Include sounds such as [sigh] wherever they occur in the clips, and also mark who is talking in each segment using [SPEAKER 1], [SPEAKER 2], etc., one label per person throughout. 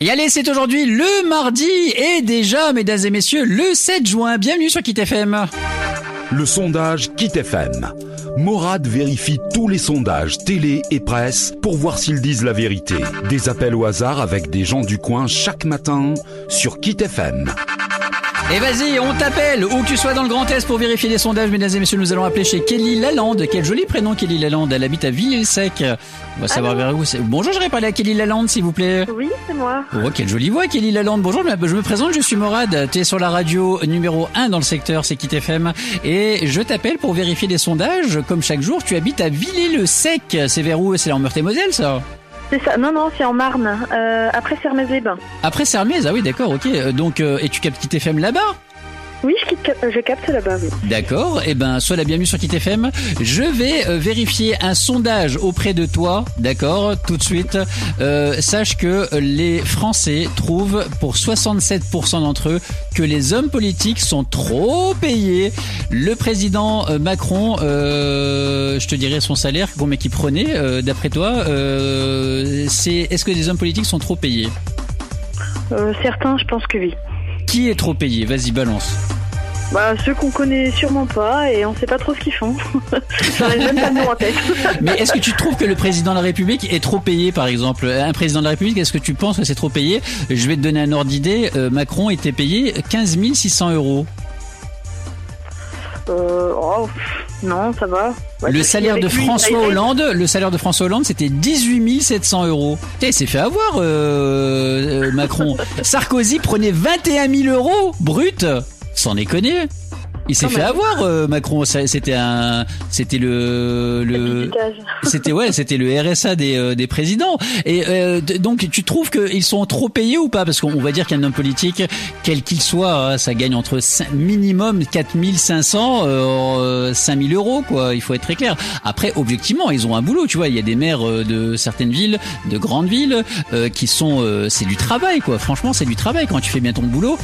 [SPEAKER 1] Et allez, c'est aujourd'hui le mardi et déjà, mesdames et messieurs, le 7 juin. Bienvenue sur Kit FM.
[SPEAKER 2] Le sondage Kit FM. Morad vérifie tous les sondages télé et presse pour voir s'ils disent la vérité. Des appels au hasard avec des gens du coin chaque matin sur Kit FM.
[SPEAKER 1] Et vas-y, on t'appelle, où que tu sois dans le Grand Est pour vérifier les sondages, mesdames et messieurs, nous allons appeler chez Kelly Lalande. Quel joli prénom, Kelly Lalande. Elle habite à Villers-Sec. On va savoir vers où c'est. Bonjour, j'aurais parlé à Kelly Lalande, s'il vous plaît.
[SPEAKER 3] Oui, c'est moi.
[SPEAKER 1] Oh, quelle jolie voix, Kelly Lalande. Bonjour, je m'appelle- je me présente, je suis Morad. Tu es sur la radio numéro 1 dans le secteur, c'est Kit FM. Et je t'appelle pour vérifier les sondages. Comme chaque jour, tu habites à Villers-le-Sec. C'est vers où C'est là en Meurthe-et-Moselle, ça
[SPEAKER 3] C'est ça. Non, non, c'est en Marne. Euh, après Fermez-les-Bains.
[SPEAKER 1] Après Sermez, ah oui, d'accord, ok. Euh, Donc, euh, et tu captes Kit FM là-bas
[SPEAKER 3] Oui, je, quitte- euh, je capte là-bas. oui.
[SPEAKER 1] D'accord, eh ben, sois la bienvenue sur Kit FM. Je vais euh, vérifier un sondage auprès de toi, d'accord, tout de suite. Euh, sache que les Français trouvent, pour 67% d'entre eux, que les hommes politiques sont trop payés. Le président euh, Macron, euh, je te dirais son salaire, bon, mais qu'il prenait, euh, d'après toi, euh, c'est est-ce que les hommes politiques sont trop payés
[SPEAKER 3] Euh, certains, je pense que oui.
[SPEAKER 1] Qui est trop payé Vas-y, balance.
[SPEAKER 3] Bah, ceux qu'on connaît sûrement pas et on sait pas trop ce qu'ils font. [laughs] J'en ai même pas le nom en tête.
[SPEAKER 1] Mais est-ce que tu trouves que le président de la République est trop payé, par exemple Un président de la République, est-ce que tu penses que c'est trop payé Je vais te donner un ordre d'idée. Euh, Macron était payé 15 600 euros.
[SPEAKER 3] Euh, oh, pff, non, ça va. Ouais,
[SPEAKER 1] le
[SPEAKER 3] parce
[SPEAKER 1] salaire
[SPEAKER 3] qu'avec
[SPEAKER 1] de
[SPEAKER 3] lui, il
[SPEAKER 1] François
[SPEAKER 3] paye-
[SPEAKER 1] Hollande, le salaire de François Hollande, c'était 18 700 euros. Putain, il s'est fait avoir, euh, euh,
[SPEAKER 3] [laughs]
[SPEAKER 1] Macron. Sarkozy prenait 21 000 euros brut. Sans déconner. Il s'est
[SPEAKER 3] Non,
[SPEAKER 1] fait
[SPEAKER 3] mais-
[SPEAKER 1] avoir, euh, Macron. Ça- C'était un, c'était le, le,
[SPEAKER 3] Étage.
[SPEAKER 1] C'était ouais, c'était le RSA des, euh, des présidents. Et euh, d- donc tu trouves qu'ils sont trop payés ou pas Parce qu'on on va dire qu'un homme politique, quel qu'il soit, hein, ça gagne entre cin- minimum 4500, euh, 5000 euros quoi. Il faut être très clair. Après, objectivement, ils ont un boulot. Tu vois, il y a des maires euh, de certaines villes, de grandes villes, euh, qui sont, euh, c'est du travail quoi. Franchement, c'est du travail quand tu fais bien ton boulot.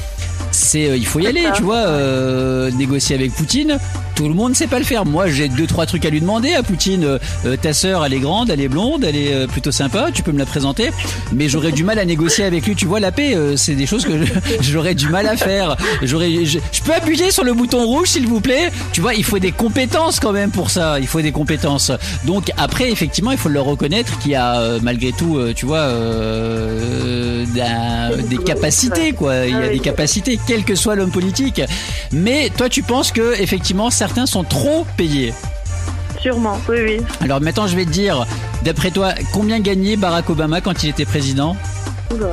[SPEAKER 1] C'est, euh, il faut y aller,
[SPEAKER 3] ça.
[SPEAKER 1] tu vois, euh, négocier avec Poutine. Tout le monde sait pas le faire. Moi, j'ai deux trois trucs à lui demander à Poutine. Euh, euh, ta sœur, elle est grande, elle est blonde, elle est euh, plutôt sympa. Tu peux me la présenter, mais j'aurais du mal à négocier avec lui. Tu vois, la paix, euh, c'est des choses que je- [laughs] j'aurais du mal à faire. J'aurais, je, je peux appuyer sur le bouton rouge, s'il vous plaît. Tu vois, il faut des compétences quand même pour ça. Il faut des compétences. Donc après, effectivement, il faut le reconnaître qu'il y a euh, malgré tout, euh, tu vois, euh, d'un- des capacités quoi. Il y a des capacités, quel que soit l'homme politique. Mais toi, tu penses que effectivement, certains sont trop payés.
[SPEAKER 3] Sûrement, oui, oui.
[SPEAKER 1] Alors maintenant, je vais te dire, d'après toi, combien gagnait Barack Obama quand il était président
[SPEAKER 3] Oula,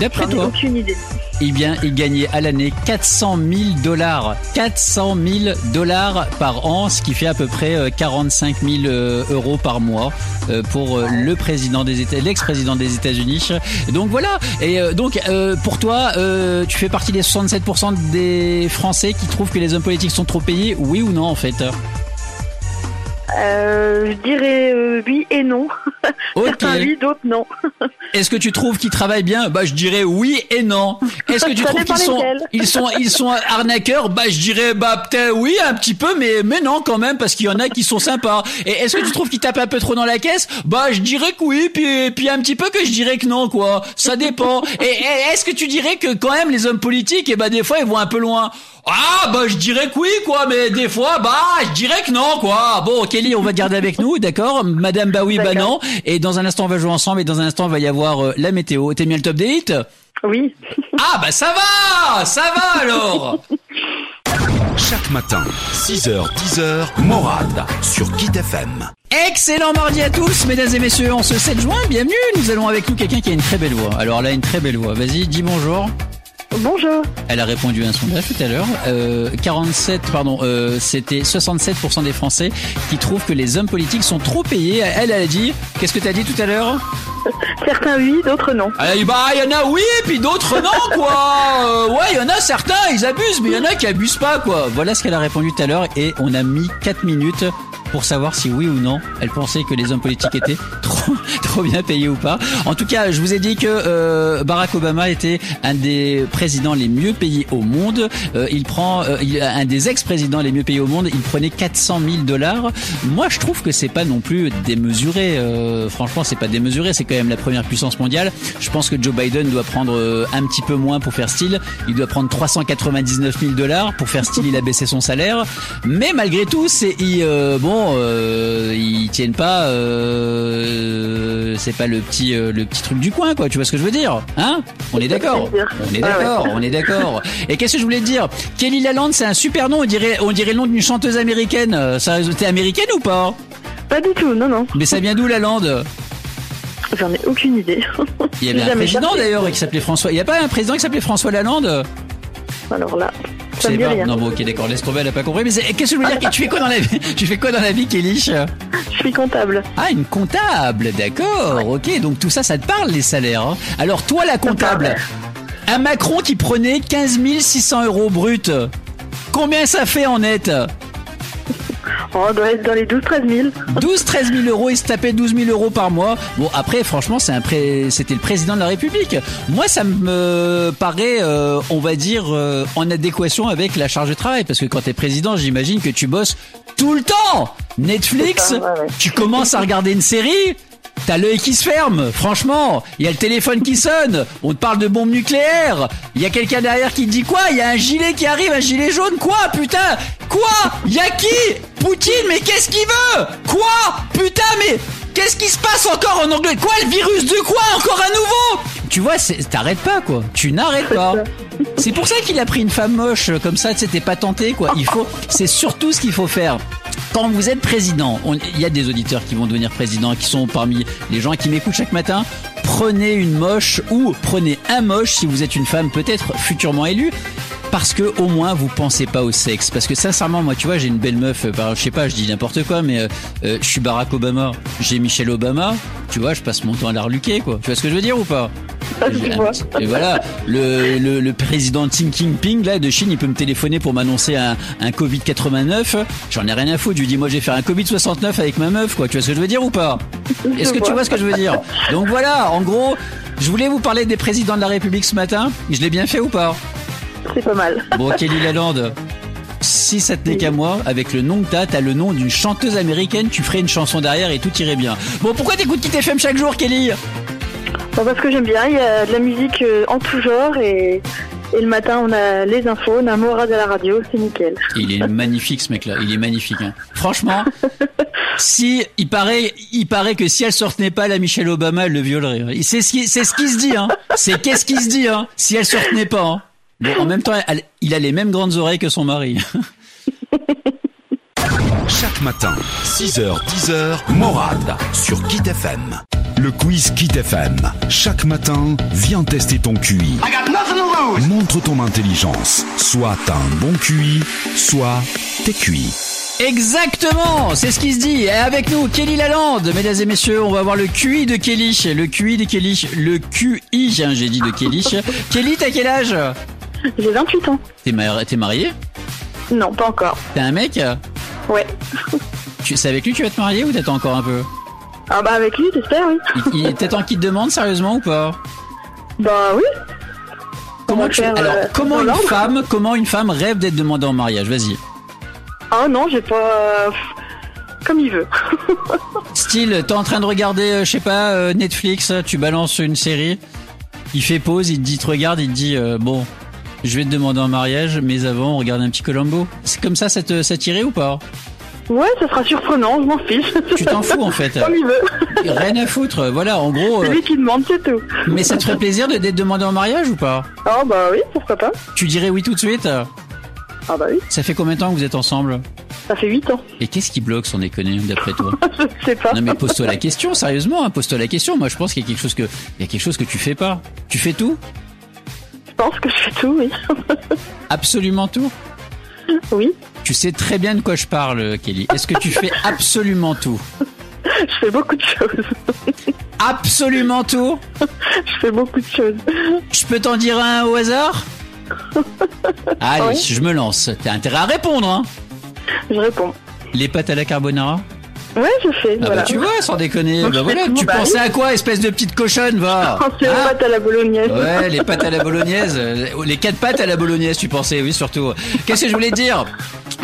[SPEAKER 1] D'après
[SPEAKER 3] J'en ai
[SPEAKER 1] toi
[SPEAKER 3] aucune idée.
[SPEAKER 1] Eh bien, il gagnait à l'année 400 000 dollars. 400 000 dollars par an, ce qui fait à peu près euh, 45 000 euh, euros par mois euh, pour euh, le président des États, l'ex-président des États-Unis. Donc voilà. Et euh, donc euh, pour toi, euh, tu fais partie des 67% des Français qui trouvent que les hommes politiques sont trop payés, oui ou non en fait
[SPEAKER 3] Euh, je dirais euh, oui et non.
[SPEAKER 1] Ok.
[SPEAKER 3] Certains oui, d'autres non.
[SPEAKER 1] Est-ce que tu trouves qu'ils travaillent bien Bah je dirais oui et non. Est-ce que tu
[SPEAKER 3] Ça
[SPEAKER 1] trouves
[SPEAKER 3] dépend
[SPEAKER 1] qu'ils sont
[SPEAKER 3] lesquels.
[SPEAKER 1] ils sont ils sont arnaqueurs Bah je dirais bah peut-être oui un petit peu mais mais non quand même parce qu'il y en a qui sont sympas. Et est-ce que tu trouves qu'ils tapent un peu trop dans la caisse Bah je dirais que oui puis puis un petit peu que je dirais que non quoi. Ça dépend. Et, et est-ce que tu dirais que quand même les hommes politiques et bah des fois ils vont un peu loin ah bah je dirais que oui quoi mais des fois bah je dirais que non quoi bon Kelly on va te garder avec nous d'accord Madame bah oui bah
[SPEAKER 3] D'accord.
[SPEAKER 1] non et dans un instant, on va jouer ensemble. Et dans un instant, il va y avoir euh, la météo. T'es mis à le top des hits
[SPEAKER 3] Oui. [laughs]
[SPEAKER 1] Ah, bah ça va Ça va alors
[SPEAKER 2] Chaque matin, 6h, 10h, Morad sur Kit FM.
[SPEAKER 1] Excellent mardi à tous, mesdames et messieurs. En ce 7 juin, bienvenue. Nous allons avec nous quelqu'un qui a une très belle voix. Alors là, une très belle voix. Vas-y, dis bonjour.
[SPEAKER 3] Bonjour.
[SPEAKER 1] Elle a répondu à un sondage tout à l'heure. Euh, 47, pardon, euh, c'était 67% des Français qui trouvent que les hommes politiques sont trop payés. Elle, elle a dit, qu'est-ce que t'as dit tout à l'heure
[SPEAKER 3] Certains oui, d'autres non.
[SPEAKER 1] Ah, et bah, il y en a oui, et puis d'autres non, quoi. Euh, ouais, il y en a certains, ils abusent, mais il y en a qui abusent pas, quoi. Voilà ce qu'elle a répondu tout à l'heure, et on a mis 4 minutes pour savoir si oui ou non elle pensait que les hommes politiques étaient [laughs] trop trop bien payé ou pas. En tout cas, je vous ai dit que euh, Barack Obama était un des présidents les mieux payés au monde. Euh, il prend euh, il- un des ex-présidents les mieux payés au monde. Il prenait 400 000 dollars. Moi, je trouve que c'est pas non plus démesuré. Euh, franchement, c'est pas démesuré. C'est quand même la première puissance mondiale. Je pense que Joe Biden doit prendre euh, un petit peu moins pour faire style. Il doit prendre 399 000 dollars pour faire style. Il a baissé son salaire. Mais malgré tout, c'est il, euh, bon, euh, ils tiennent pas. euh, c'est pas le petit euh, le petit truc du coin, quoi. Tu vois ce que je veux dire Hein On est d'accord.
[SPEAKER 3] plaisir.
[SPEAKER 1] On est
[SPEAKER 3] Ah ouais.
[SPEAKER 1] d'accord. On est d'accord. Et qu'est-ce que je voulais te dire Kelly Lalande, c'est un super nom. On dirait on dirait le nom d'une chanteuse américaine. Euh, Ça, t'es américaine ou pas
[SPEAKER 3] Pas du tout, non, non.
[SPEAKER 1] Mais ça vient d'où Lalande
[SPEAKER 3] J'en ai aucune idée.
[SPEAKER 1] Il y avait
[SPEAKER 3] Jamais
[SPEAKER 1] un président
[SPEAKER 3] cherché.
[SPEAKER 1] d'ailleurs qui s'appelait François. Il y a pas un président qui s'appelait François Lalande
[SPEAKER 3] Alors là, ça
[SPEAKER 1] Je
[SPEAKER 3] me
[SPEAKER 1] sais
[SPEAKER 3] dit
[SPEAKER 1] pas.
[SPEAKER 3] rien.
[SPEAKER 1] Non bon, ok, d'accord. Laisse tomber. Elle a pas compris. Mais c'est- qu'est-ce que je veux dire Tu fais quoi dans la vie Tu fais quoi dans la vie, Kelly
[SPEAKER 3] Je suis comptable.
[SPEAKER 1] Ah, une comptable, d'accord, ok. Donc tout ça, ça te parle, les salaires. hein. Alors toi, la comptable, un Macron qui prenait 15 600 euros brut, combien ça fait en net
[SPEAKER 3] On Oh, doit être dans les 12-13 000.
[SPEAKER 1] 12 13 000 euros, il se tapait 12 000 euros par mois. Bon, après, franchement, c'est un pré- c'était le président de la République. Moi, ça me paraît, euh, on va dire, euh, en adéquation avec la charge de travail. Parce que quand t'es président, j'imagine que tu bosses tout le temps. Netflix,
[SPEAKER 3] C'est ça, ouais, ouais.
[SPEAKER 1] tu commences à regarder une série. T'as l'œil qui se ferme, franchement. Il y a le téléphone qui sonne. On te parle de bombes nucléaires. Il y a quelqu'un derrière qui te dit quoi Il y a un gilet qui arrive, un gilet jaune. Quoi, putain Quoi Il y a qui Poutine, mais qu'est-ce qu'il veut Quoi Putain, mais qu'est-ce qui se passe encore en anglais Quoi, le virus de quoi Encore à nouveau Tu vois, c'est- t'arrêtes pas, quoi. Tu n'arrêtes pas. C'est pour ça qu'il a pris une femme moche euh, comme ça, tu sais, t'es pas tenté quoi. Il faut, c'est surtout ce qu'il faut faire. Quand vous êtes président, on- il y a des auditeurs qui vont devenir présidents, qui sont parmi les gens qui m'écoutent chaque matin. Prenez une moche ou prenez un moche si vous êtes une femme peut-être futurement élue. Parce que au moins vous pensez pas au sexe. Parce que sincèrement, moi, tu vois, j'ai une belle meuf. euh, bah, je sais pas, je dis n'importe quoi, mais euh, euh, je suis Barack Obama, j'ai Michelle Obama. Tu vois, je passe mon temps à la reluquer, quoi. Tu vois ce que je veux dire ou pas
[SPEAKER 3] Ah, je vois.
[SPEAKER 1] et voilà, le, le, le président Tim Jinping là de Chine, il peut me téléphoner pour m'annoncer un, un Covid 89. J'en ai rien à foutre. Je lui dis, moi, j'ai fait un Covid 69 avec ma meuf, quoi. Tu vois ce que je veux dire ou pas Est-ce que tu
[SPEAKER 3] vois.
[SPEAKER 1] vois ce que je veux dire Donc voilà, en gros, je voulais vous parler des présidents de la République ce matin. Je l'ai bien fait ou pas
[SPEAKER 3] C'est pas mal.
[SPEAKER 1] Bon, Kelly Lalande. Si ça tenait qu'à moi, avec le nom que t'as, t'as le nom d'une chanteuse américaine, tu ferais une chanson derrière et tout irait bien. Bon, pourquoi t'écoutes Kit FM chaque jour, Kelly
[SPEAKER 3] Bah, parce que j'aime bien, il y a de la musique euh, en tout genre et, et le matin on a les infos, on a Morad à la radio, c'est nickel. [laughs]
[SPEAKER 1] Il est magnifique ce mec-là, il est magnifique. hein. Franchement, si il paraît, il paraît que si elle sortait pas la Michelle Obama, elle le violerait. hein. C'est ce qui, c'est ce qui se dit. Hein. C'est qu'est-ce qui se dit hein, si elle sortait pas. hein. Bon, en même temps, elle- il a les mêmes grandes oreilles que son mari.
[SPEAKER 2] Chaque matin, 6h, 10h, Morade sur Kit FM. Le quiz Kit FM. Chaque matin, viens tester ton QI. Montre ton intelligence. Soit t'as un bon QI, soit t'es cuit.
[SPEAKER 1] Exactement, c'est ce qui se dit. Et avec nous, Kelly Lalande, mesdames et messieurs, on va voir le QI de Kelly, le QI de Kelly, le QI, hein, j'ai dit de
[SPEAKER 3] [laughs]
[SPEAKER 1] Kelly. Kelly, t'as quel âge
[SPEAKER 3] J'ai 28 ans.
[SPEAKER 1] T'es mar- t'es marié
[SPEAKER 3] Non, pas encore.
[SPEAKER 1] T'as un mec
[SPEAKER 3] Ouais.
[SPEAKER 1] Tu- C'est avec lui que tu vas te marier ou t'attends encore un peu
[SPEAKER 3] Ah bah avec lui, j'espère, oui.
[SPEAKER 1] Il il est peut-être en qui te demande sérieusement ou pas
[SPEAKER 3] Bah oui.
[SPEAKER 1] Comment tu
[SPEAKER 3] faire, euh,
[SPEAKER 1] Alors comment
[SPEAKER 3] dans
[SPEAKER 1] une
[SPEAKER 3] l'ordre
[SPEAKER 1] femme comment une femme rêve d'être demandée en mariage Vas-y.
[SPEAKER 3] Ah non, j'ai pas... Comme il veut.
[SPEAKER 1] Style, t'es en train de regarder, euh, je sais pas, euh, Netflix, tu balances une série, il fait pause, il te dit, te regarde, il te dit, euh, bon, je vais te demander en mariage, mais avant, on regarde un petit Colombo. C'est comme ça, ça te- ça t'irait ou pas
[SPEAKER 3] Ouais, ça sera surprenant, je m'en fiche.
[SPEAKER 1] Tu t'en fous en fait.
[SPEAKER 3] [laughs] Comme il veut.
[SPEAKER 1] Rien à foutre, voilà, en gros.
[SPEAKER 3] C'est
[SPEAKER 1] euh,
[SPEAKER 3] lui qui demande, c'est tout.
[SPEAKER 1] mais ça te ferait plaisir de d'être demandé en mariage ou pas
[SPEAKER 3] Ah bah oui, pourquoi pas.
[SPEAKER 1] Tu dirais oui tout de suite
[SPEAKER 3] Ah bah oui,
[SPEAKER 1] Ça fait combien de temps que vous êtes ensemble
[SPEAKER 3] ça fait 8 ans. [laughs]
[SPEAKER 1] Et qu'est-ce qui bloque son déconner d'après toi
[SPEAKER 3] je sais pas.
[SPEAKER 1] Non mais pose-toi la question, sérieusement, hein, pose-toi la question. Moi je pense qu'il y a quelque chose que il y a quelque chose que tu fais pas. Tu fais tout
[SPEAKER 3] Je pense que je fais tout, oui. [laughs]
[SPEAKER 1] Absolument tout
[SPEAKER 3] oui,
[SPEAKER 1] Tu sais très bien de quoi je parle, Kelly. Est-ce que tu
[SPEAKER 3] [laughs]
[SPEAKER 1] fais absolument tout
[SPEAKER 3] je fais beaucoup de choses. [laughs]
[SPEAKER 1] Absolument tout
[SPEAKER 3] Je fais beaucoup de choses.
[SPEAKER 1] Je peux t'en dire un au
[SPEAKER 3] [laughs]
[SPEAKER 1] hasard Allez,
[SPEAKER 3] Oui.
[SPEAKER 1] je me lance. T'as intérêt à répondre, hein
[SPEAKER 3] Je réponds.
[SPEAKER 1] Les pâtes à la carbonara
[SPEAKER 3] Ouais, je fais.
[SPEAKER 1] Ah
[SPEAKER 3] voilà.
[SPEAKER 1] bah, tu vois, sans déconner.
[SPEAKER 3] Donc,
[SPEAKER 1] bah
[SPEAKER 3] je fais
[SPEAKER 1] voilà,
[SPEAKER 3] tout,
[SPEAKER 1] tu
[SPEAKER 3] bah,
[SPEAKER 1] pensais à quoi, espèce de petite cochonne,
[SPEAKER 3] [laughs]
[SPEAKER 1] va
[SPEAKER 3] Quand c'est aux
[SPEAKER 1] Hein
[SPEAKER 3] pâtes à la bolognaise.
[SPEAKER 1] Ouais, les pâtes à la bolognaise, euh, les quatre pâtes à la bolognaise, tu pensais, oui, surtout. Qu'est-ce que je voulais te dire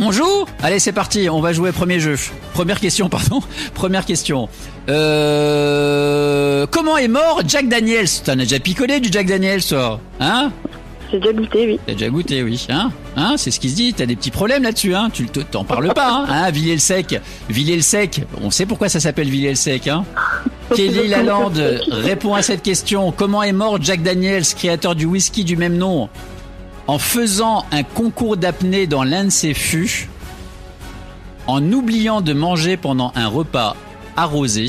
[SPEAKER 1] On joue Allez, c'est parti, on va jouer premier jeu. Première question, pardon. [laughs] Première question. Euh... Comment est mort Jack Daniels T'en as déjà picolé du Jack Daniels, toi Hein
[SPEAKER 3] J'ai déjà goûté, oui.
[SPEAKER 1] T'as déjà goûté, oui. Hein Hein C'est ce qui se dit. T'as des petits problèmes là-dessus, hein Tu te- t'en parles pas, hein, hein Villiers-le-Sec. Villiers-le-Sec. On sait pourquoi ça s'appelle Villiers-le-Sec, hein Kelly Lalande répond à cette question. Comment est mort Jack Daniels, créateur du whisky du même nom En faisant un concours d'apnée dans l'un de ses fûts, en oubliant de manger pendant un repas arrosé,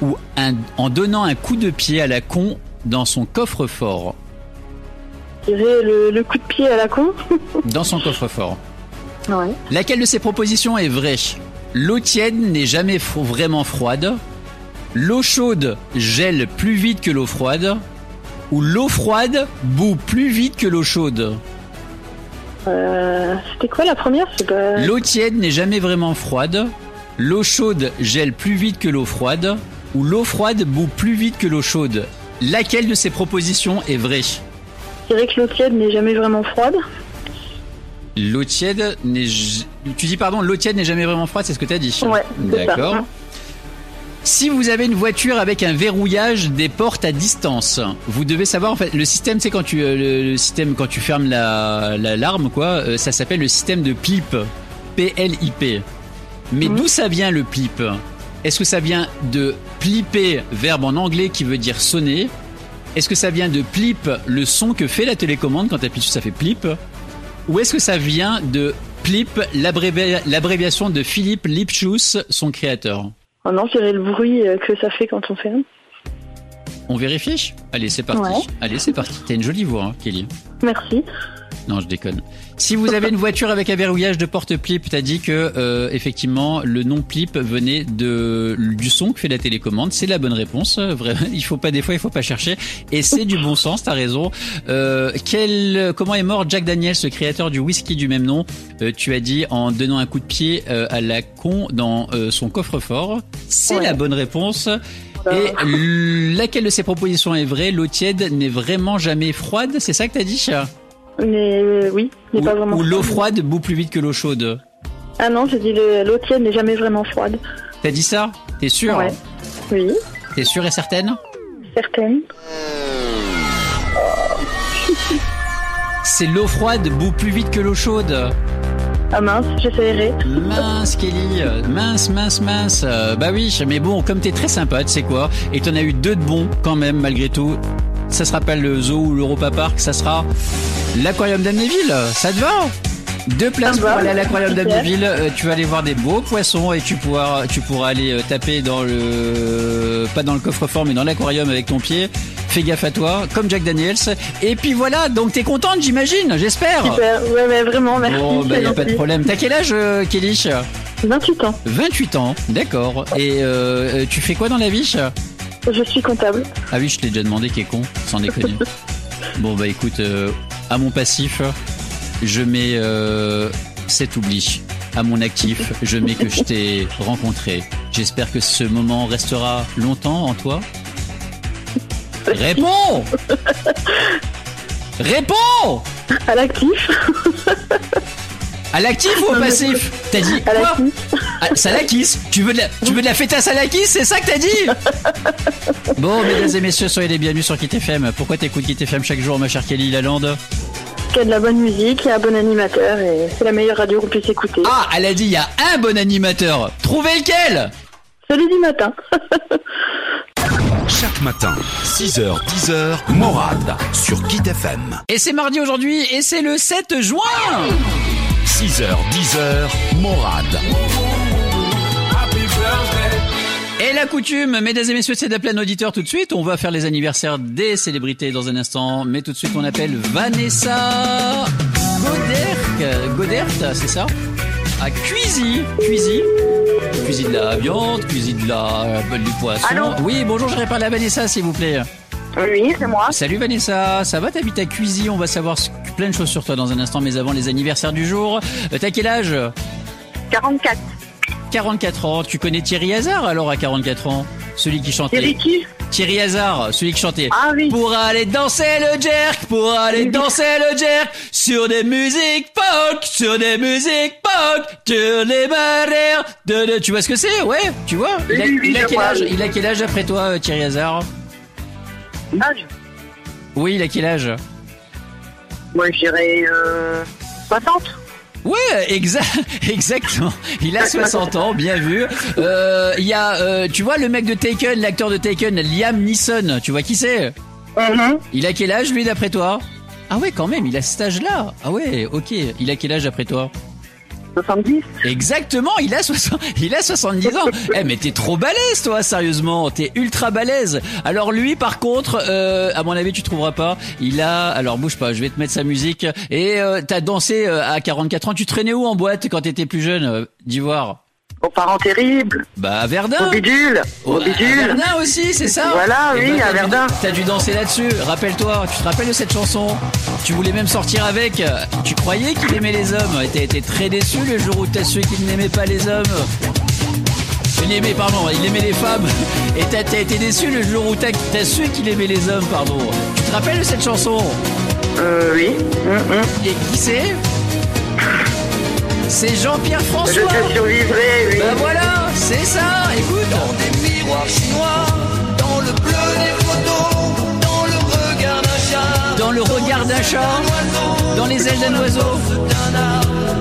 [SPEAKER 1] ou un- en donnant un coup de pied à la con dans son coffre-fort.
[SPEAKER 3] Je dirais le, le coup de pied à la con. [laughs]
[SPEAKER 1] Dans son coffre-fort.
[SPEAKER 3] Ouais.
[SPEAKER 1] Laquelle de ces propositions est vraie L'eau tiède n'est jamais fro- vraiment froide. L'eau chaude gèle plus vite que l'eau froide. Ou l'eau froide bout plus vite que l'eau chaude.
[SPEAKER 3] Euh, C'était quoi la première C'est pas...
[SPEAKER 1] L'eau tiède n'est jamais vraiment froide. L'eau chaude gèle plus vite que l'eau froide. Ou l'eau froide bout plus vite que l'eau chaude. Laquelle de ces propositions est vraie
[SPEAKER 3] Je dirais que l'eau tiède n'est jamais vraiment froide.
[SPEAKER 1] L'eau tiède n'est... j- Tu dis pardon, l'eau tiède n'est jamais vraiment froide, c'est ce que t'as dit
[SPEAKER 3] Ouais, c'est ça.
[SPEAKER 1] D'accord. Si vous avez une voiture avec un verrouillage des portes à distance, vous devez savoir en fait le système c'est quand tu euh, le, le système quand tu fermes la la- l'arme quoi, euh, ça s'appelle le système de PLIP. P L I P. Mais d'où ça vient le PLIP Est-ce que ça vient de plipper, verbe en anglais qui veut dire sonner Est-ce que ça vient de plip, le son que fait la télécommande quand t'appuies dessus ça fait plip Ou est-ce que ça vient de plip, l'abrévi- l'abréviation de Philippe Lipschus, son créateur
[SPEAKER 3] Oh non, je dirais le bruit euh, que ça fait quand on fait un.
[SPEAKER 1] On vérifie Allez, c'est parti.
[SPEAKER 3] Ouais.
[SPEAKER 1] Allez, c'est parti. T'as une jolie voix, hein, Kelly.
[SPEAKER 3] Merci.
[SPEAKER 1] Non, je déconne. Si vous avez une voiture avec un verrouillage de porte plip, t'as dit que euh, effectivement le nom plip venait de du son que fait la télécommande. C'est la bonne réponse. euh, Vraiment, il faut pas des fois, il faut pas chercher. Et c'est du bon sens. T'as raison. Euh, quel, comment est mort Jack Daniels, ce créateur du whisky du même nom Euh, Tu as dit en donnant un coup de pied euh, à la con dans euh, son coffre-fort. C'est
[SPEAKER 3] Ouais.
[SPEAKER 1] la bonne réponse. Et l- laquelle de ces propositions est vraie L'eau tiède n'est vraiment jamais froide, c'est ça que t'as dit
[SPEAKER 3] Mais euh, oui, n'est
[SPEAKER 1] Ou,
[SPEAKER 3] pas vraiment
[SPEAKER 1] ou l'eau froide bout plus vite que l'eau chaude
[SPEAKER 3] Ah non, j'ai dit le- l'eau tiède n'est jamais vraiment froide.
[SPEAKER 1] T'as dit ça T'es sûr
[SPEAKER 3] Ouais. Oui,
[SPEAKER 1] T'es sûr et certaine
[SPEAKER 3] certaine.
[SPEAKER 1] C'est l'eau froide bout plus vite que l'eau chaude
[SPEAKER 3] Ah mince, j'essayerai.
[SPEAKER 1] Mince Kelly, mince, mince, mince. Euh, bah oui, mais bon, comme t'es très sympa, tu sais quoi, et t'en as eu deux de bons quand même malgré tout. Ça sera pas le zoo ou l'Europa Park, ça sera l'aquarium d'Amnéville. Ça te va Deux places
[SPEAKER 3] Ça me
[SPEAKER 1] pour
[SPEAKER 3] va.
[SPEAKER 1] aller à l'aquarium
[SPEAKER 3] Super.
[SPEAKER 1] d'Amnéville. Euh, tu vas aller voir des beaux poissons et tu pourras, tu pourras aller euh, taper dans le, pas dans le coffre-fort, mais dans l'aquarium avec ton pied. Fais gaffe à toi, comme Jack Daniels. Et puis voilà, donc t'es contente, j'imagine, j'espère.
[SPEAKER 3] Super. Ouais, mais vraiment, merci.
[SPEAKER 1] Ah. Bon, bah
[SPEAKER 3] c'est
[SPEAKER 1] y a pas de
[SPEAKER 3] gentil.
[SPEAKER 1] problème. T'as quel âge, euh, Kelly
[SPEAKER 3] 28 ans.
[SPEAKER 1] 28 ans, d'accord. Et euh, euh, tu fais quoi dans la vie
[SPEAKER 3] Je suis comptable.
[SPEAKER 1] Ah oui, je t'ai déjà demandé qui est con, sans déconner. bon bah écoute, euh, à mon passif, je mets euh, cet oubli. À mon actif, je mets que je t'ai rencontré. J'espère que ce moment restera longtemps en toi. Réponds Réponds
[SPEAKER 3] À l'actif.
[SPEAKER 1] À l'actif ou au passif T'as dit
[SPEAKER 3] À
[SPEAKER 1] quoi
[SPEAKER 3] l'actif.
[SPEAKER 1] Ah, Salakis tu veux, de la, tu veux de la fête à Salakis C'est ça que t'as dit Bon, mesdames et messieurs, soyez les bienvenus sur Kit FM. Pourquoi t'écoutes Kit FM chaque jour, ma chère Kelly Lalande
[SPEAKER 3] Il y a de la bonne musique, il y a un bon animateur et c'est la meilleure radio qu'on puisse écouter.
[SPEAKER 1] Ah, elle a dit il y a un bon animateur. Trouvez lequel
[SPEAKER 3] Celui du matin.
[SPEAKER 2] Chaque matin, 6h, 10h, Morade sur Kit FM.
[SPEAKER 1] Et c'est mardi aujourd'hui et c'est le 7 juin
[SPEAKER 2] 6h, 10h, Morade.
[SPEAKER 1] Et la coutume, mesdames et messieurs, c'est d'appeler un auditeur tout de suite. On va faire les anniversaires des célébrités dans un instant. Mais tout de suite, on appelle Vanessa Godert. Godert, c'est ça À Cuisy. Cuisy. Cuisine de la viande, cuisine de la, euh, du poisson.
[SPEAKER 3] Allô
[SPEAKER 1] oui, bonjour, je parler à Vanessa, s'il vous plaît.
[SPEAKER 3] [laughs] Oui, c'est moi.
[SPEAKER 1] Salut Vanessa, ça va T'habites à Cuisy On va savoir ce- plein de choses sur toi dans un instant, mais avant les anniversaires du jour. Euh, T'as quel âge
[SPEAKER 3] 44.
[SPEAKER 1] 44 ans. Tu connais Thierry Hazard alors à 44 ans Celui qui chantait.
[SPEAKER 3] Thierry qui
[SPEAKER 1] Thierry Hazard, celui qui chantait.
[SPEAKER 3] Ah oui.
[SPEAKER 1] Pour aller danser le jerk, pour aller danser le jerk, sur des musiques punk, sur des musiques punk, sur les barrières de, de- Tu vois ce que c'est Ouais, tu vois il a,
[SPEAKER 3] Oui, oui,
[SPEAKER 1] il a
[SPEAKER 3] je
[SPEAKER 1] quel
[SPEAKER 3] vois,
[SPEAKER 1] âge,
[SPEAKER 3] oui.
[SPEAKER 1] il a quel âge après toi, euh, Thierry Hazard
[SPEAKER 3] Âge
[SPEAKER 1] Oui, il a quel âge
[SPEAKER 3] Moi, je dirais euh, 60.
[SPEAKER 1] Ouais, exa- [laughs] exactement. Il a 60 ans, bien vu. Euh, Il y a, euh, tu vois, le mec de Taken, l'acteur de Taken, Liam Neeson. Tu vois qui c'est
[SPEAKER 3] Mhm.
[SPEAKER 1] Il a quel âge lui, d'après toi Ah ouais, quand même, il a cet âge-là. Ah ouais, ok. Il a quel âge d'après toi
[SPEAKER 3] 70
[SPEAKER 1] Exactement, il a 60, [laughs] il a 70 ans. Eh mais t'es trop balèze toi, sérieusement, t'es ultra balèze. Alors lui par contre, euh, à mon avis tu trouveras pas. Il a, alors bouge pas, je vais te mettre sa musique. Et euh, t'as dansé euh, à 44 ans, tu traînais où en boîte quand t'étais plus jeune euh, d'Ivoire
[SPEAKER 3] Aux parents terribles,
[SPEAKER 1] Bah à
[SPEAKER 3] au
[SPEAKER 1] Verdun.
[SPEAKER 3] bidule,
[SPEAKER 1] Oh,
[SPEAKER 3] au
[SPEAKER 1] à
[SPEAKER 3] bidule.
[SPEAKER 1] Verdun aussi, c'est ça
[SPEAKER 3] Voilà,
[SPEAKER 1] Eh
[SPEAKER 3] oui,
[SPEAKER 1] ben,
[SPEAKER 3] à
[SPEAKER 1] t'as dû-
[SPEAKER 3] Verdun.
[SPEAKER 1] T'as dû danser là-dessus, rappelle-toi, tu te rappelles de cette chanson Tu voulais même sortir avec, tu croyais qu'il aimait les hommes, et t'as été très déçu le jour où t'as su qu'il n'aimait pas les hommes. Il aimait, pardon, il aimait les femmes, et t'as t'as été déçu le jour où t'as t'as su qu'il aimait les hommes, pardon. Tu te rappelles de cette chanson bah,
[SPEAKER 3] Euh, oui. Mhm.
[SPEAKER 1] Et qui c'est C'est Jean-Pierre
[SPEAKER 3] Je
[SPEAKER 1] François
[SPEAKER 3] te survivrai, oui.
[SPEAKER 1] ben voilà, c'est ça, écoute Dans des miroirs chinois, dans le bleu des photos, dans le regard d'un chat Dans le regard d'un chat, dans les ailes d'un oiseau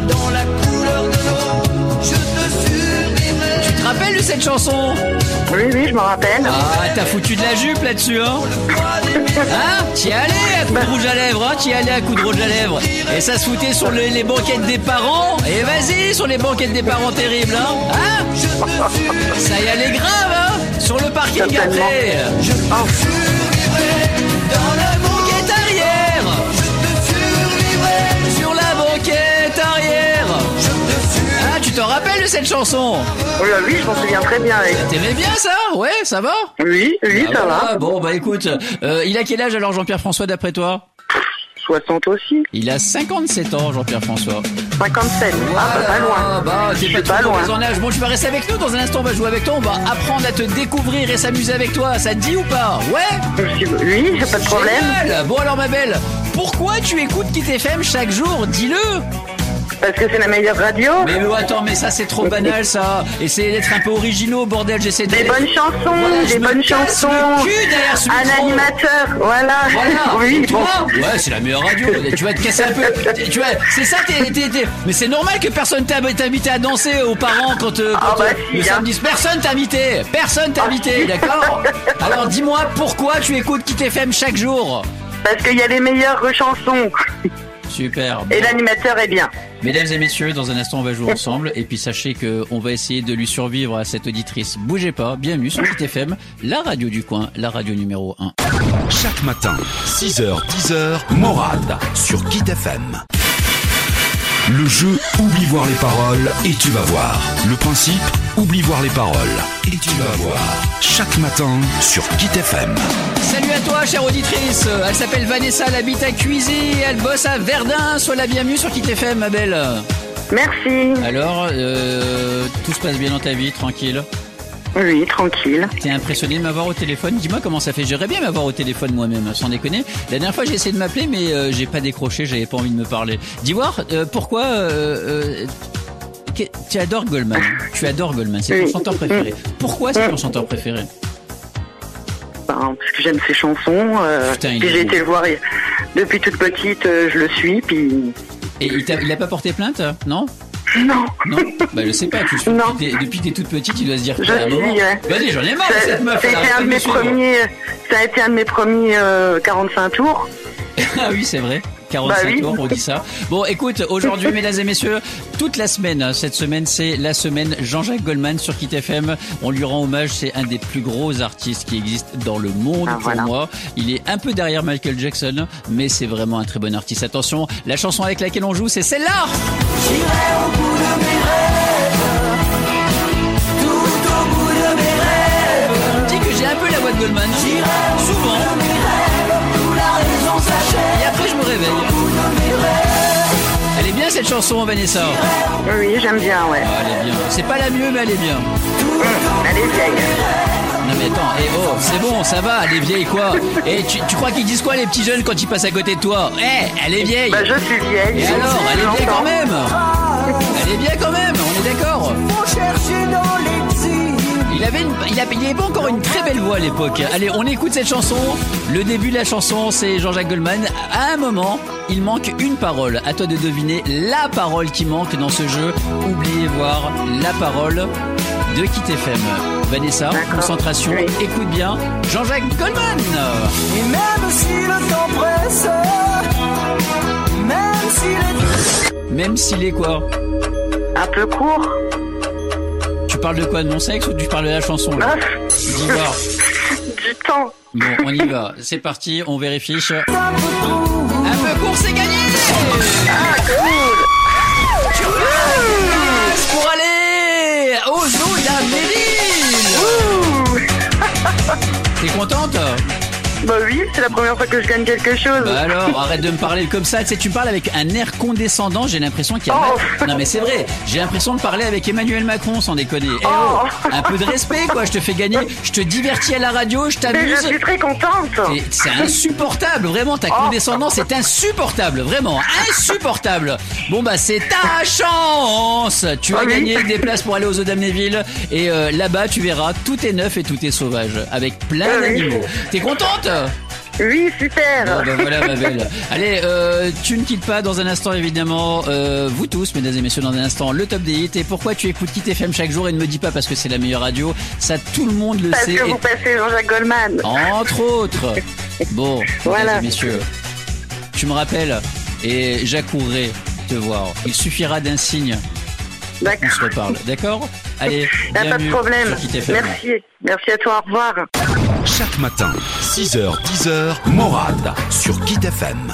[SPEAKER 4] dans la couleur de l'eau, je te survivrai.
[SPEAKER 1] Tu te rappelles de cette chanson
[SPEAKER 3] Oui, oui, je m'en rappelle.
[SPEAKER 1] Ah, t'as foutu de la jupe là-dessus, hein Hein T'y allais à coup de rouge à lèvres, hein T'y allais à coup de rouge à lèvres Et ça se foutait sur le- les banquettes des parents Et vas-y, sur les banquettes des parents terribles, hein Hein Ça y allait grave, hein Sur le parking
[SPEAKER 3] Certainement.
[SPEAKER 1] après
[SPEAKER 3] Oh,
[SPEAKER 1] Dans la banquette arrière Sur la banquette arrière Ah, tu t'en rappelles de cette chanson Ah,
[SPEAKER 3] oh là, oui, je m'en souviens très bien. oui.
[SPEAKER 1] T'aimais bien ça Ouais, ça va
[SPEAKER 3] Oui, oui, ça
[SPEAKER 1] Ah,
[SPEAKER 3] va.
[SPEAKER 1] Bon, bah écoute, euh, il a quel âge alors Jean-Pierre François d'après toi
[SPEAKER 3] 60 aussi.
[SPEAKER 1] Il a 57 ans, Jean-Pierre François.
[SPEAKER 3] 57. Ah, bah, pas loin.
[SPEAKER 1] Bah,
[SPEAKER 3] Je
[SPEAKER 1] t'es
[SPEAKER 3] suis
[SPEAKER 1] pas,
[SPEAKER 3] pas
[SPEAKER 1] trop
[SPEAKER 3] loin.
[SPEAKER 1] mauvais en âge. Bon, tu vas rester avec nous dans un instant, on va jouer avec toi, on va apprendre à te découvrir et s'amuser avec toi. Ça te dit ou pas Ouais
[SPEAKER 3] Je suis- Oui, j'ai pas de problème.
[SPEAKER 1] Génial Bon alors ma belle, pourquoi tu écoutes Kit FM chaque jour Dis-le
[SPEAKER 3] Parce que c'est la meilleure radio.
[SPEAKER 1] Mais oh, attends, mais ça c'est trop banal ça. Essayez d'être un peu originaux, bordel. J'essaie de.
[SPEAKER 3] Des bonnes chansons,
[SPEAKER 1] Voilà, je
[SPEAKER 3] des
[SPEAKER 1] me
[SPEAKER 3] bonnes
[SPEAKER 1] casse
[SPEAKER 3] chansons.
[SPEAKER 1] le cul derrière ce
[SPEAKER 3] un
[SPEAKER 1] micro.
[SPEAKER 3] animateur, voilà.
[SPEAKER 1] Voilà.
[SPEAKER 3] [laughs] oui,
[SPEAKER 1] tu
[SPEAKER 3] bon.
[SPEAKER 1] vois Ouais, c'est la meilleure radio. tu vas te casser un peu. Tu vois, c'est ça. t'es- t'es- t'es- Mais c'est normal que personne t'a t'a invité à danser aux parents quand, euh,
[SPEAKER 3] Ah,
[SPEAKER 1] quand,
[SPEAKER 3] bah,
[SPEAKER 1] euh,
[SPEAKER 3] si,
[SPEAKER 1] le
[SPEAKER 3] hein. Ah.
[SPEAKER 1] samedi. Personne t'a invité. Personne t'a invité,
[SPEAKER 3] [laughs]
[SPEAKER 1] d'accord Alors dis-moi pourquoi tu écoutes Kit FM chaque jour.
[SPEAKER 3] Parce qu'il y a les meilleures chansons.
[SPEAKER 1] Super.
[SPEAKER 3] Et l'animateur est bien.
[SPEAKER 1] Mesdames et messieurs, dans un instant, on va jouer ensemble. Et puis, sachez que on va essayer de lui survivre à cette auditrice. Bougez pas, bienvenue sur Hit FM, la radio du coin, la radio numéro 1.
[SPEAKER 2] Chaque matin, 6h, 10h, Morade sur Kit FM. Le jeu Oublie voir les paroles et tu vas voir. Le principe Oublie voir les paroles et tu vas voir. Chaque matin sur Kit FM.
[SPEAKER 1] Salut à toi, chère auditrice. Euh, Elle s'appelle Vanessa, elle habite à Cuisy, elle bosse à Verdun. Sois la bienvenue sur Hit FM, ma belle.
[SPEAKER 3] Merci.
[SPEAKER 1] Alors, euh, tout se passe bien dans ta vie, tranquille. Ah.
[SPEAKER 3] Oui, tranquille.
[SPEAKER 1] T'es impressionné de m'avoir au téléphone Dis-moi comment ça fait. J'aimerais bien m'avoir au téléphone moi-même, sans déconner. La dernière fois, j'ai essayé de m'appeler, mais euh, j'ai pas décroché, j'avais pas envie de me parler. Dis-moi, euh, pourquoi... euh, euh, que- tu adores Goldman. Tu adores Goldman, c'est ton
[SPEAKER 3] Oui.
[SPEAKER 1] chanteur préféré. Pourquoi c'est ton chanteur préféré
[SPEAKER 3] Ben, parce que j'aime ses chansons. euh,
[SPEAKER 1] Putain, il
[SPEAKER 3] puis
[SPEAKER 1] est
[SPEAKER 3] j'ai
[SPEAKER 1] beau.
[SPEAKER 3] été le voir et- depuis toute petite, euh, je le suis. Puis
[SPEAKER 1] Et il, t'a- il a pas porté plainte, non
[SPEAKER 3] non,
[SPEAKER 1] Non Bah je sais pas, tu
[SPEAKER 3] Non.
[SPEAKER 1] depuis que t'es- depuis que t'es toute petite, il doit se dire...
[SPEAKER 3] Je
[SPEAKER 1] à un
[SPEAKER 3] suis,
[SPEAKER 1] moment,
[SPEAKER 3] ouais.
[SPEAKER 1] Vas-y, j'en ai marre
[SPEAKER 3] ça,
[SPEAKER 1] de cette meuf.
[SPEAKER 3] ça a
[SPEAKER 1] elle
[SPEAKER 3] été
[SPEAKER 1] arrête
[SPEAKER 3] un
[SPEAKER 1] pas
[SPEAKER 3] de
[SPEAKER 1] de me
[SPEAKER 3] mes
[SPEAKER 1] suivre.
[SPEAKER 3] premiers. Ça a été un de mes premiers euh, 45 tours.
[SPEAKER 1] [laughs] Ah oui, c'est vrai. 45
[SPEAKER 3] Bah oui.
[SPEAKER 1] tours, on dit ça. Bon, écoute,
[SPEAKER 3] [laughs]
[SPEAKER 1] aujourd'hui, mesdames et messieurs, toute la semaine, hein, cette semaine, c'est la semaine Jean-Jacques Goldman sur Kit FM. On lui rend hommage, c'est un des plus gros artistes qui existe dans le monde
[SPEAKER 3] Ah,
[SPEAKER 1] pour
[SPEAKER 3] voilà.
[SPEAKER 1] moi. Il est un peu derrière Michael Jackson, mais c'est vraiment un très bon artiste. Attention, la chanson avec laquelle on joue, c'est celle-là On dit que j'ai un peu la voix de Goldman. hein. Souvent. Et après, je me réveille. Elle est bien cette chanson, Vanessa
[SPEAKER 3] Oui, j'aime bien, ouais.
[SPEAKER 1] Ah, Elle est bien. C'est pas la mieux, mais elle est bien.
[SPEAKER 3] Elle est vieille.
[SPEAKER 1] Non mais attends, eh oh, c'est bon, ça va, elle est vieille quoi Et tu, tu crois qu'ils disent quoi les petits jeunes quand ils passent à côté de toi Eh, elle est vieille
[SPEAKER 3] Bah, je suis vieille.
[SPEAKER 1] Et
[SPEAKER 3] je-
[SPEAKER 1] alors,
[SPEAKER 3] je
[SPEAKER 1] elle est bien
[SPEAKER 3] l'entends.
[SPEAKER 1] quand même Elle est bien quand même, on est d'accord il avait, une, il, a- il avait encore une très belle voix à l'époque. Allez, on écoute cette chanson. Le début de la chanson, c'est Jean-Jacques Goldman. À un moment, il manque une parole. À toi de deviner la parole qui manque dans ce jeu. Oubliez voir la parole de Kit FM. Vanessa,
[SPEAKER 3] D'accord.
[SPEAKER 1] concentration,
[SPEAKER 3] Oui.
[SPEAKER 1] écoute bien. Jean-Jacques Goldman
[SPEAKER 4] Et même si le temps presse, même si les
[SPEAKER 1] Même s'il est quoi
[SPEAKER 3] Un peu court.
[SPEAKER 1] Tu parles de quoi De mon sexe ou tu parles de la chanson là
[SPEAKER 3] Ah,
[SPEAKER 1] Dis voir.
[SPEAKER 3] du temps.
[SPEAKER 1] Bon, on y va. C'est parti, on vérifie. Un peu court, c'est gagné Ah, Tu peux Yes, Pour aller au zoo d'Amélie T'es contente
[SPEAKER 3] Bah oui, c'est la première fois que je gagne quelque chose.
[SPEAKER 1] Bah alors, arrête de me parler comme ça. Tu sais, tu me parles avec un air condescendant. J'ai l'impression qu'il y a...
[SPEAKER 3] Oh.
[SPEAKER 1] Non mais c'est vrai, j'ai l'impression de parler avec Emmanuel Macron, sans déconner. Eh oh,
[SPEAKER 3] Oh.
[SPEAKER 1] un peu de respect, quoi. Je te fais gagner. Je te divertis à la radio, je
[SPEAKER 3] Mais je
[SPEAKER 1] t'amuse.
[SPEAKER 3] suis très contente.
[SPEAKER 1] Et C'est insupportable, vraiment,
[SPEAKER 3] Ah.
[SPEAKER 1] ta condescendance est insupportable, vraiment, insupportable. Bon bah c'est ta chance Tu as
[SPEAKER 3] Ah oui.
[SPEAKER 1] gagné des places pour aller aux Eaux d'Amnéville et euh, là-bas tu verras, tout est neuf et tout est sauvage, avec plein
[SPEAKER 3] Ah oui.
[SPEAKER 1] d'animaux. T'es contente
[SPEAKER 3] Oui,
[SPEAKER 1] Bon
[SPEAKER 3] super.
[SPEAKER 1] bah voilà ma belle. Allez, euh, tu ne quittes pas dans un instant évidemment, euh, vous tous, mesdames et messieurs, dans un instant, le top des hits. Et pourquoi tu écoutes Kit FM chaque jour et ne me dis pas parce que c'est la meilleure radio, ça tout le monde le
[SPEAKER 3] Parce
[SPEAKER 1] sait.
[SPEAKER 3] que
[SPEAKER 1] Et Ah,
[SPEAKER 3] vous passez Jean-Jacques Goldman.
[SPEAKER 1] entre autres. Bon,
[SPEAKER 3] Voilà.
[SPEAKER 1] mesdames et messieurs, tu me rappelles et j'accourrai te voir. Il suffira d'un signe, on se
[SPEAKER 3] D'accord.
[SPEAKER 1] reparle, d'accord Allez,
[SPEAKER 3] Ah, pas de
[SPEAKER 1] bienvenue
[SPEAKER 3] problème.
[SPEAKER 1] sur Kit FM.
[SPEAKER 3] Merci. Merci à toi. Au revoir.
[SPEAKER 2] Chaque matin, 6h, 10h, Morade sur Kit FM.